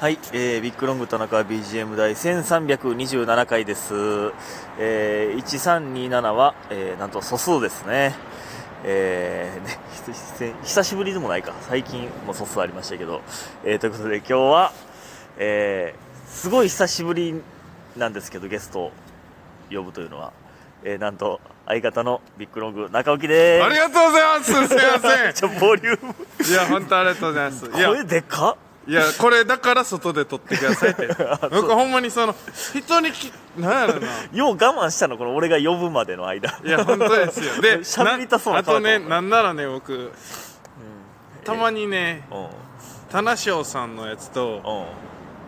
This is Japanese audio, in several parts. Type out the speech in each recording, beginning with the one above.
はい、えー、ビッグロング田中 BGM 第1327回です。えー、1327は、えー、なんと素数ですね。えー、ね、ひひ久しぶりでもないか。最近も素数ありましたけど。えー、ということで今日は、えー、すごい久しぶりなんですけど、ゲストを呼ぶというのは。えー、なんと、相方のビッグロング中沖で。ありがとうございます。すいますちょ、ボリューム。せん。いや、本当ありがとうございます。いや、声でかっいや、これだから外で撮ってください って。僕ほんまにその、人にき、なんやろな。よう我慢したの、この俺が呼ぶまでの間。いや、本当ですよ。 で、喋りたそうななあ顔とだね、もんなんならね、僕、たまにね、うん。田無さんのやつと、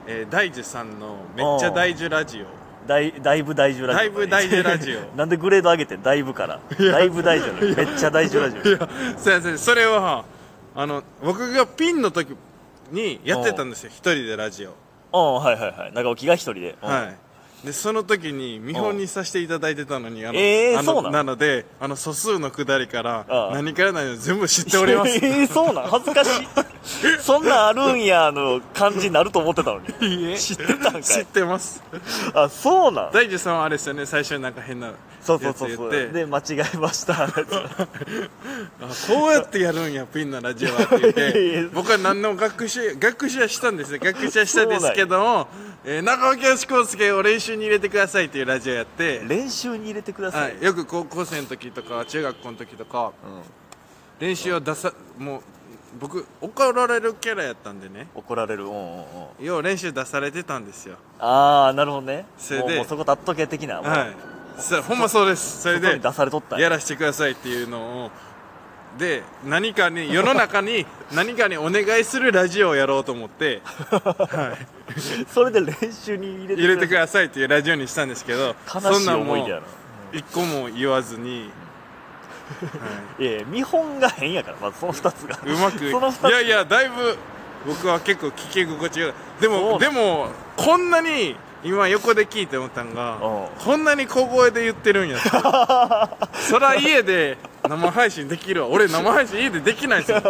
うん。えー大樹さんのめっちゃ大樹ラジオ。だいだいぶ大事ラジオだいぶ大事ラジオ なんでグレード上げてんだいぶからだいぶ大事ラジオめっちゃ大事 ラジオすいません、それは、あの、僕がピンの時にやってたんですよ、一人でラジオ。うんはいはいはい長沖が一人で、うんはい、でその時に見本にさせていただいてたのにあの、えーあそうのなののであの素数のくだりからああ何から何を全部知っておりますいえーそう なん恥ずか しいそんなんあるんやの感じになると思ってたのに いえ知ってたんか知っいてますあそうなん大樹さんはあれですよね最初になんか変なやつそ言うってそうそうそうで間違えま したあこうやってやるんやピンのラジオはって言っ いやいやて僕は何の学習学習はしたんですよ学習はしたんですけども、えー、中尾清康介を練習に入れてくださいっていうラジオやって練習に入れてくださ、はいい、よく高校生の時とか中学校の時とか、練習を出さもう僕怒られるキャラやったんでね怒られるうんうんうんよう練習出されてたんですよああなるほどねそれでもうもうそこ立っとけ的な、もうはいそほんまそう ですそれ外でに出されとったんやらしてくださいっていうのをで何かに世の中に 何かにお願いするラジオをやろうと思ってそれで練習に入れて入れてくれださいっていうラジオにしたんですけど 悲そしんいなん思もうい出やな一個も言わずにいやいや見本が変やからまずその2つがうまくその2ついやいやだいぶ僕は結構聞き心地がそでうもなでもこんなに今横で聞いて思ったんがうんこんなに小声で言ってるん やってそら家で生配信できるわ俺生配信家でできないで すよ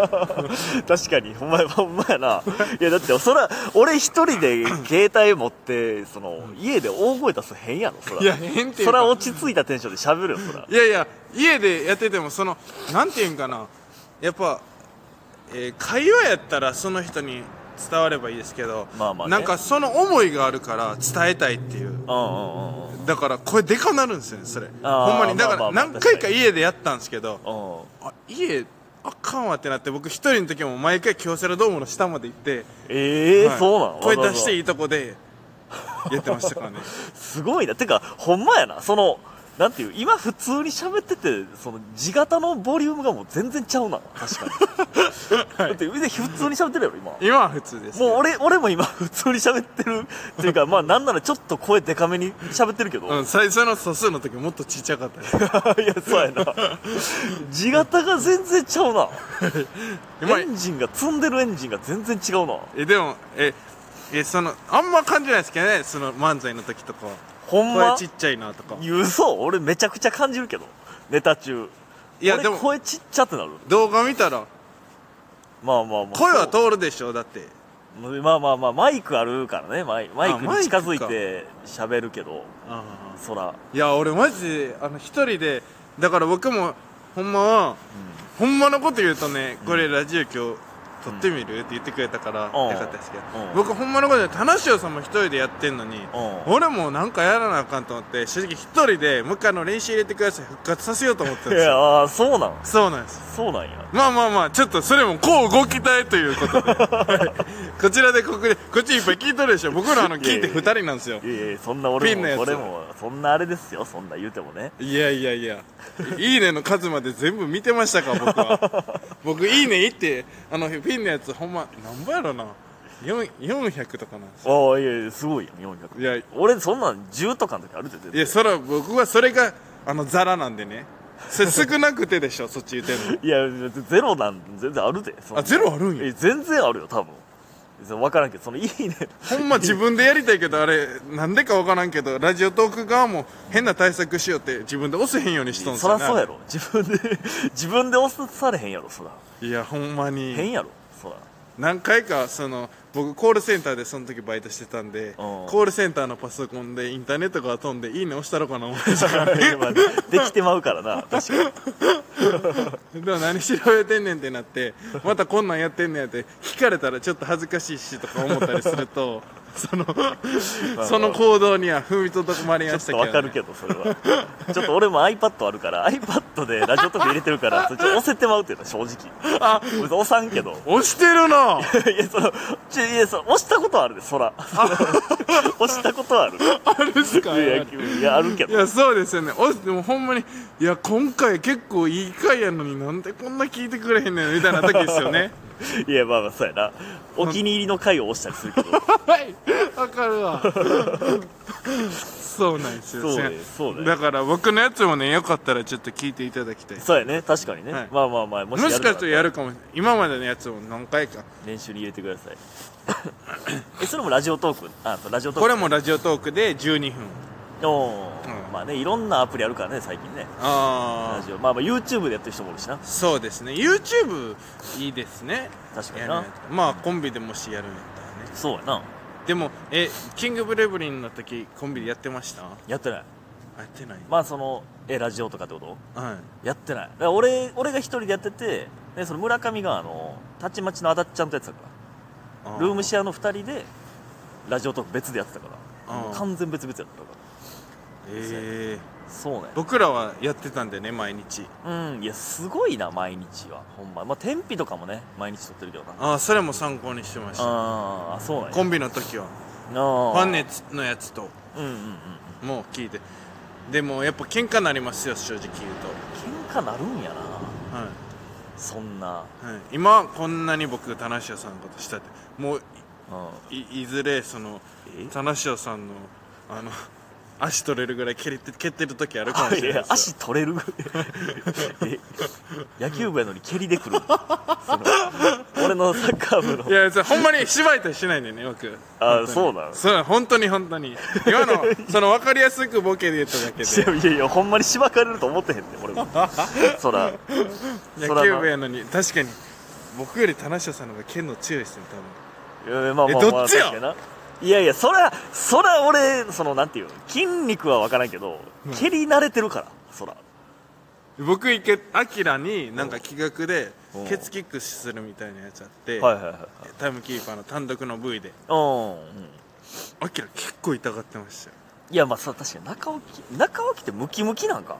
確かにほんまやほんまやないやだってそら俺一人で携帯持ってその家で大声出す変やろそらいや変っていうそらか落ち着いたテンションで喋るよそらいやいや家でやっててもそのなんていうんかなやっぱ、えー会話やったらその人に伝わればいいですけど、まあまあねなんかその思いがあるから伝えたいっていううんうんうんうんだから声でかなるんですよねそれほんあーまにだかまあらまあまあ何回か家でやったんですけどうんあ家あかんわってなって僕一人の時も毎回京セラドームの下まで行ってええはいそうなの声出していいいとこでやってました からねすごいなてかほんまやなそのなんていう今普通に喋っててその地形のボリュームがもう全然ちゃうな確 かに、だって普通に喋ってるやろ今今は普通ですもう俺俺も今普通に喋ってるっていうかまあなんならちょっと声でかめに喋ってるけど、うん、最初の素数の時もっとちっちゃかったです いやそうやな地形が全然ちゃうな今エンジンが積んでるエンジンが全然違うなえでもええそのあんま感じないですけどねその漫才の時とかはほんま声ちっちゃいなとか言うそう俺めちゃくちゃ感じるけどネタ中いや俺でも声ちっちゃってなる動画見たらまあまあまあ声は通るでしょだってそうまあまあまあマイクあるからねマイマイクあマにイク近かづいて喋るけどああそらいや俺マジであの一人でだから僕もほんまは、ほんまのこと言うとねこれラジオ今日撮ってみる、って言ってくれたからうんよかったですけど、うん僕ほんまのことで田無さんも一人でやってんのに、うん俺もなんかやらなあかんと思って正直一人でもう一回あの練習入れてください復活させようと思ってたんいですよやあーそうなんそうなんですそうなんやまあまあまあちょっとそれもこう動きたいということで はいこちらでここでこっちいっぱい聞いとるでしょ僕らあの聞いて二人なんですよいやいやそんな俺ピンのもやつ俺もそんなあれですよそんな言うてもねいやいやいや、いいねの数まで全部見てましたか、僕 は。僕、いいねいって、あの、フィンのやつ、ほんま、なんぼやろな。よん400とかなんですよ。ああいやいやすごいやん400いや、い俺そんなん10とかの時あるで全然や、そら、僕はそれが、あの、ザラなんでね。それ少なくてでしょ、そっち言うて んの。いやゼロなんて全然あるでそんなあゼロあるんやえ全然あるよ多分分からんけどそのいいねほんま自分でやりたいけど、あれ、なんでかわからんけど、ラジオトーク側も変な対策しようって自分で押せへんようにしとんすそよらね。そうやろ自分で 自分で押されへんやろそらいや、ほんまに。 変やろそら何回かその僕コールセンターでその時バイトしてたんでコールセンターのパソコンでインターネットから飛んで「いいね」押したろかな思ってたからまあできてまうからな、確かに。 でも何調べてんねんって なってまたこんなんやってんねんって聞かれたらちょっと恥ずかしいしとか思ったりす るとそのその行動には踏みとどまりちょまっしとたけど、わね、かるけど、それは。ちょっと俺も iPad あるから、iPad でラジオトーク入れてるから、それちょっと押せてまうっていうの、正直。あ俺押さんけど。押してるな いや、その、ちいや、その押したことはあるで、そ ら。押したことはある。あるんすかいや、いやあるけいど。やそうですよねおでもほんまにいや今回結構いい回やのになんでこんな聞いてくれへんねんみたいな時ですよねいや、まあまあ、そうやな。お気に入りの回を押したりするけど。はいわかるわそうなんですよそうねそうねだから僕のやつもねよかったらちょっと聞いていただきたいそうやね、確かにね。はいまあまあまあ、ももしやるしかしたらやる。るかもしれない今までのやつも何回か練習に入れてください。え、それもラジオトークあ、ラジオトーク。これもラジオトークで12分おうーんまあね、いろんなアプリあるからね、最近ね。ラああジオ。まあまあ、YouTube でやってる人もおるしな。そうですね YouTube いいですね確かにやるんやなっ。たらまあコンビでもしやるんやったらねそうやな。でもえキングブレブリンの時コンビでやってましたやってない。やってない、まあ、その、え、ラジオとかってことはいやってない。だから俺、俺が一人でやってて、で、その村上があの、たちまちのあだっちゃんとやってたかあら。ールームシェアの二人で、ラジオトーク別でやってたから。あーもう完全別々やったかええら。そうね。僕らはやってたんでね毎日うん、いや、すごいな、毎日は。ほんま。まあ、天日とかもね、毎日撮ってるけどな。ああそれも参考にしてましたああ、そうなんや。コンビの時はあフーァンネツのやつとうんうんうん。もう聞いてでもやっぱ喧嘩になりますよ正直言う喧嘩なるんやな。とはいそんな。はい、今こんなに僕田中さんのことしたってもううん。いいずれそのえ田中さんのあの 足取れるぐらい蹴りて蹴ってる時あるかあもしいれないやですよ足取れる え野球部やのに蹴りでくるその俺のサッカー部のいやそれほんまに芝居としないんだよね僕あ本当にそうなのそう本当に本当に今のその分かりやすくボケで言っただけでいやいやほんまにしばかれると思ってへんね俺も そらそ野ら球な部やのに確かに僕より田中さんの方が剣の強いですねいやまあまあえまどあっちや確かにないやいやそらそら俺そのなんていうの筋肉は分からんけどうん蹴り慣れてるからそら多分僕いけアキラになんか企画でうんケツキックするみたいなやつあってはいはいはいはいタイムキーパーの単独の V でうんうんアキラ結構痛がってましたよいやまあそう確かに中置き中置きってムキムキなんか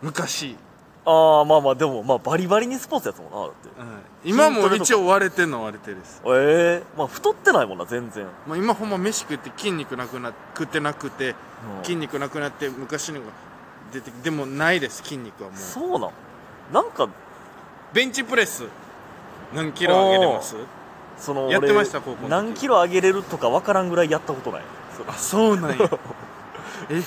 昔、ああまあまあでもまあバリバリにスポーツやつもんなだってうん、今も一応割れてんのは割れてるですええまあ太ってないもんな全然もう今ほんま飯食って筋肉なくな食ってなくてうん筋肉なくなって昔のが出てでもないです筋肉はもうそうなのなんかベンチプレス何キロ上げれますそのやって俺ました高校の時何キロ上げれるとかわからんぐらいやったことないそあそうなん やえね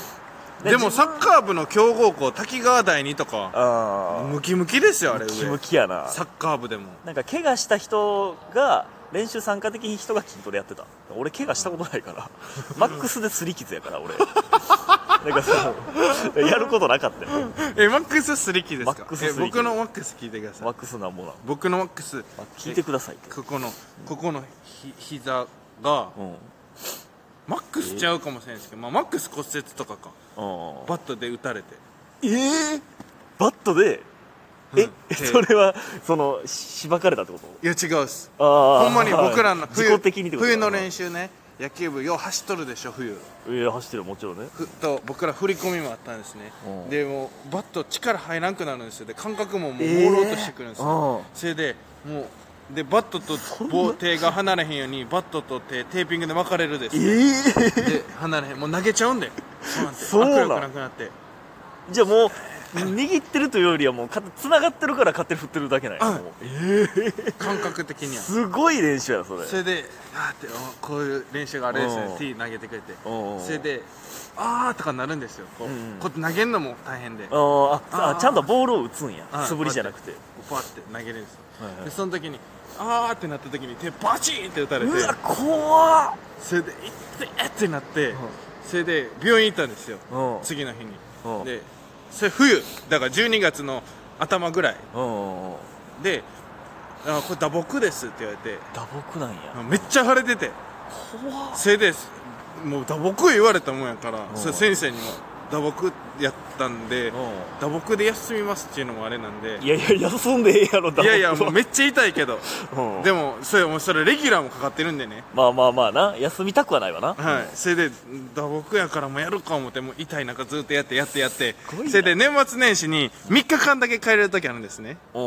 でも自サッカー部の強豪校滝川第二とかあムキムキですよああれムキム上キやなサッカー部でもなんか怪我した人が練習参加的に人が筋トレやってた俺怪我したことないから マックスで擦り傷やから俺なんかそのやることなかったよえマックスすりきですマッかクスえすりき僕のマックス聞いてくださマッいクスなんもな僕のマックス聞いてくださいってここのここのひ膝がうんうんマックスちゃうかもしれないですけど、まあ、マックス骨折とかかバットで打たれてええバットでえ、うんそれはそのししばかれたってこといや違うっすあほんまに僕らの自己的にってこと冬の練習習ね野球部よう走っとるでしょ冬いや走ってるもちろんねふと僕ら振り込みもあったんですねうんでもうバット力入らんくなるんですよで感覚ももう朦朧としてくるんですよ、それでもうでバットと棒手が離れへんようにバットと手テーピングで分かれるです、ええで離れへんもう投げちゃうんでそうなんてそうなん握力なくなってじゃあもう握ってるというよりはもうつながってるから勝手に振ってるだけなんや、うんもう感覚的にはすごい練習やなそれそれであーっておこういう練習があれですうんね T 投げてくれてうんそれであーとかなるんですよこう,、うんうんこうやって投げるのも大変であーあああーちゃんとボールを打つんやはい素振りじゃなくてこうパーって投げれるんですよ、はいはいでその時にあーってなった時に手バチーンって打たれてうわ怖っそれで「いってえっ!」てなって、んそれで病院行ったんですよ、うん次の日に、うんでそれ冬だから12月の頭ぐらいうんうんうんであこれ打撲ですって言われて打撲なんやめっちゃ腫れてて怖っせいですもう打撲言われたもんやからうんそれ先生にも打撲やったんでう打撲で休みますっていうのもあれなんでんいやいや休んでええやろ打撲いやいやはもうめっちゃ痛いけどうんでもそれもうそれレギュラーもかかってるんでねまあまあまあな休みたくはないわなはい、それで打撲やからもうやるか思ってもう痛い中ずっとやってやってやってごいなそれで年末年始に3日間だけ帰れる時あるんですねう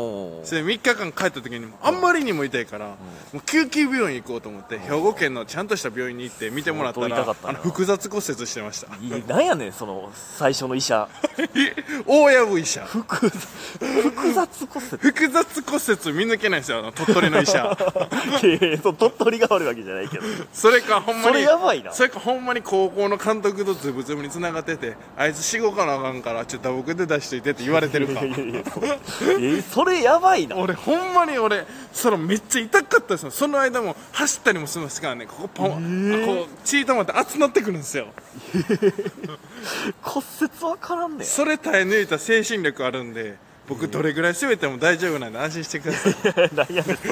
んそれで3日間帰った時にもあんまりにも痛いから、もう救急病院行こうと思って兵庫県のちゃんとした病院に行って見てもらった相当ら痛かったあなの複雑骨折してました いやなんやねんその最初の医者大藪医者複雑複雑骨折 複雑骨折見抜けないんですよあの鳥取の医者いやいやそう鳥取が悪いわけじゃないけどそれかほんまそにれやばいなそれかほんまに高校の監督とズブズブに繋がっててあいつ死後からあかんからちょっと打撲で出しといてって言われてる かいやいやいやそうえそれやばいな俺ほんまに俺そのめっちゃ痛かったですよその間も走ったりもしますからねここパン、あこう血溜まって熱なってくるんですよ骨折わからんねんそれ耐え抜いた精神力あるんで僕どれぐらい滑っても大丈夫なんで安心してくださいなんやねんそ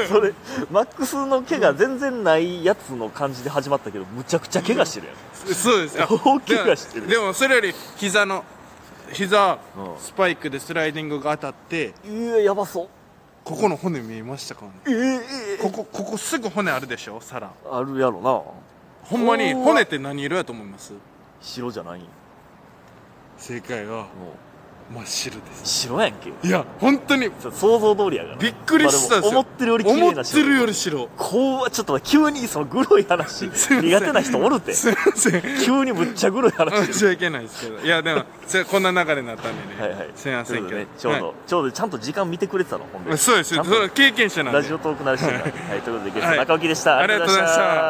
れそれマックスの怪我全然ないやつの感じで始まったけどむちゃくちゃ怪我してるやんそうですあ 大怪我してるでもでもそれより膝の膝うんスパイクでスライディングが当たっていややばそうここの骨見えましたかねえええここここすぐ骨あるでしょ皿あるやろなほんまにうわ骨って何色やと思います白じゃないんも正解はう真っ白です白やんけいや本当にそう想像通りやからびっくりしたんですまよ、あでも思ってるより綺麗な白思ってるより白こうはちょっと待って急にそのグロい話すいません苦手な人おるてすいません急にむっちゃグロい話申し訳ないですけどいやでもそれこんな流れになったんでねはいはいすいませんけとど、いうことでねちょうど、はちょうどちゃんと時間見てくれてたのほんいそうですちゃそんとれは経験者なんでラジオトークなりしてるからはいということでゲストはい中尾木でした、ありがとうございました